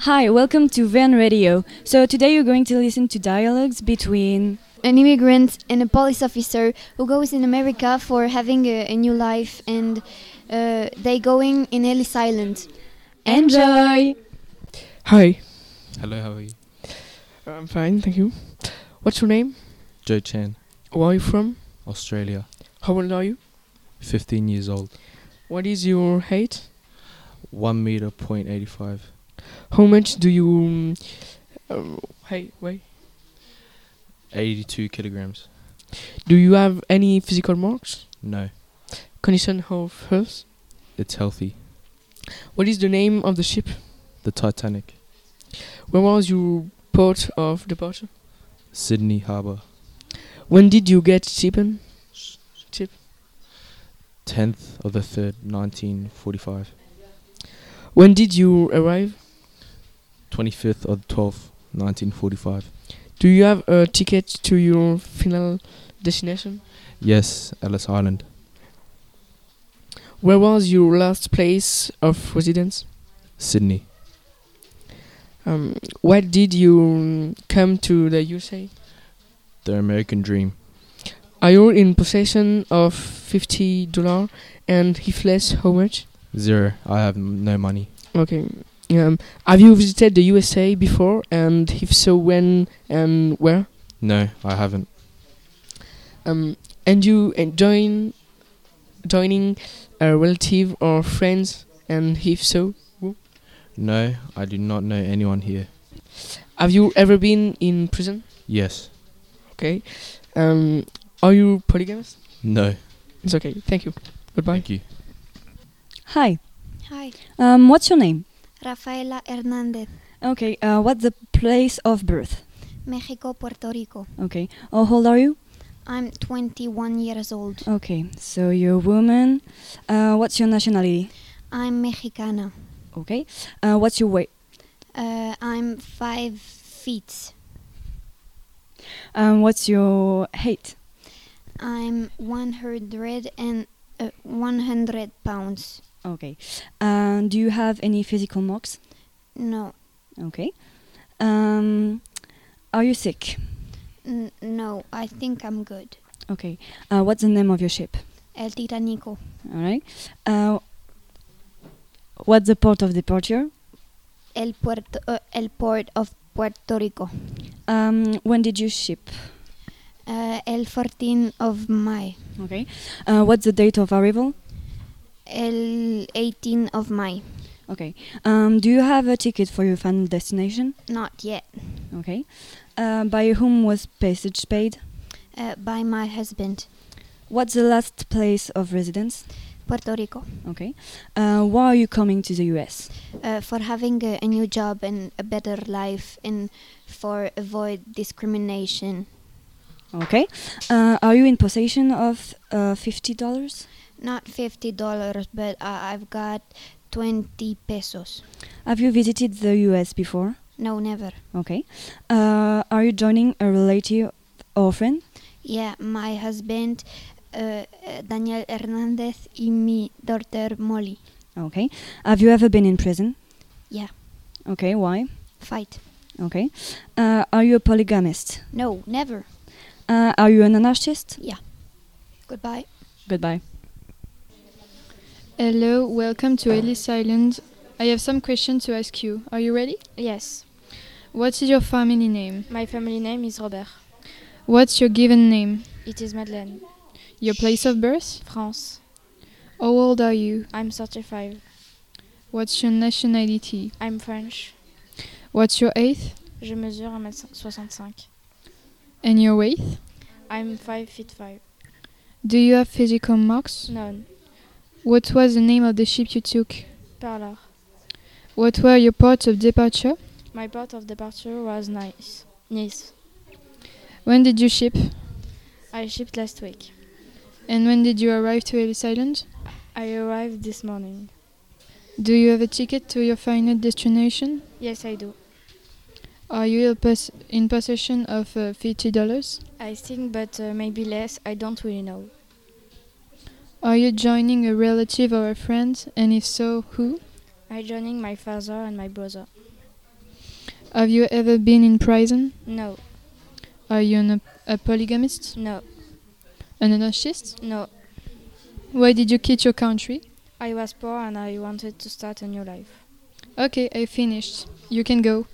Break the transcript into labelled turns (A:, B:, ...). A: Hi, welcome to Van Radio. So today you're going to listen to dialogues between
B: an immigrant and a police officer who goes in America for having a, a new life, and uh, they going in Ellis Island.
A: Enjoy.
C: Hi,
D: Hello, how are you?
C: I'm fine, thank you. What's your name?
D: Joe Chen,
C: Where are you from?
D: Australia,
C: How old are you?
D: 15 years old,
C: What is your height?
D: 1 meter point 85,
C: How much do you? Um, um, hey, wait.
D: 82 kilograms.
C: Do you have any physical marks?
D: No,
C: Condition of health?
D: it's healthy.
C: What is the name of the ship?
D: The Titanic,
C: Where was your port of departure?
D: Sydney Harbour,
C: When did you get shipping?
D: 10th of the 3rd, 1945,
C: When did you arrive?
D: 25th of the 12th, 1945.
C: Do you have a ticket to your final destination?
D: Yes, Ellis Island,
C: Where was your last place of residence?
D: Sydney,
C: Um, why did you um, come to the USA?
D: the American dream.
C: Are you in possession of fifty dollar? And if less, how much?
D: Zero, I have m- no money.
C: Okay. Um, have you visited the USA before? And if so, when and where?
D: No, I haven't.
C: Um, and you enjoying joining a relative or friends? And if so,
D: No, I do not know anyone here.
C: have you ever been in prison?
D: Yes,
C: Okay. Um, are you polygamous?
D: no,
C: It's okay. Thank you. Goodbye.
D: thank you.
A: Hi.
B: Hi,
A: Um, what's your name?
B: Rafaela Hernandez,
A: Okay. Uh, what's the place of birth?
B: Mexico, Puerto Rico.
A: Okay. Oh, how old are you?
B: I'm 21 years old.
A: Okay. So you're a woman. Uh, what's your nationality?
B: I'm Mexicana.
A: Okay. Uh, what's your weight?
B: Uh, I'm five feet.
A: Um, what's your height?
B: I'm 100 and uh, 100 pounds.
A: Okay. Um, do you have any physical marks?
B: No,
A: Okay. Um, are you sick?
B: n- no, I think I'm good.
A: Okay. Uh, what's the name of your ship?
B: El Titanico,
A: All right. Uh, what's the port of departure?
B: El Puerto, uh, El Port of Puerto Rico.
A: Um, when did you ship?
B: Uh, el 14 of May.
A: Okay. Uh, what's the date of arrival?
B: El 18 of May.
A: Okay. Um, do you have a ticket for your final destination?
B: Not yet.
A: Okay. Uh, by whom was passage paid?
B: Uh, by my husband.
A: What's the last place of residence?
B: Puerto Rico.
A: Okay. Uh, why are you coming to the U.S.?
B: Uh, for having a, a new job and a better life and for avoid discrimination.
A: Okay. Uh, are you in possession of uh, fifty dollars?
B: Not $50, but uh, I've got 20 pesos.
A: Have you visited the U.S. before?
B: No, never.
A: Okay. Uh, are you joining a relative or friend?
B: Yeah, my husband, uh, uh, Daniel Hernandez, and my daughter, Molly.
A: Okay. Have you ever been in prison?
B: Yeah,
A: Okay. Why?
B: fight.
A: Okay. Uh, are you a polygamist?
B: No, never.
A: Uh, are you an anarchist?
B: Yeah. Goodbye.
A: Goodbye.
E: Hello, welcome to Ellis Island. I have some questions to ask you. Are you ready?
F: Yes,
E: What is your family name?
F: my family name is Robert.
E: What's your given name?
F: It is Madeleine,
E: Your place of birth?
F: France.
E: How old are you?
F: I'm 35.
E: What's your nationality?
F: I'm French.
E: What's your age?
F: Je mesure 1m65.
E: And your weight?
F: I'm 5 feet 5.
E: Do you have physical marks?
F: None.
E: What was the name of the ship you took?
F: Parlor.
E: What were your ports of departure?
F: My port of departure was Nice. Nice.
E: When did you ship?
F: I shipped last week.
E: And when did you arrive to Ellis Island?
F: I arrived this morning.
E: Do you have a ticket to your final destination?
F: Yes, I do.
E: Are you in pos- in possession of uh, $50?
F: I think, but uh, maybe less. I don't really know.
E: Are you joining a relative or a friend? And if so, who?
F: i joining my father and my brother.
E: Have you ever been in prison?
F: No,
E: Are you an, a polygamist?
F: no,
E: An anarchist?
F: no.
E: Why did you quit your country?
F: I was poor and I wanted to start a new life.
E: Okay, I finished. You can go.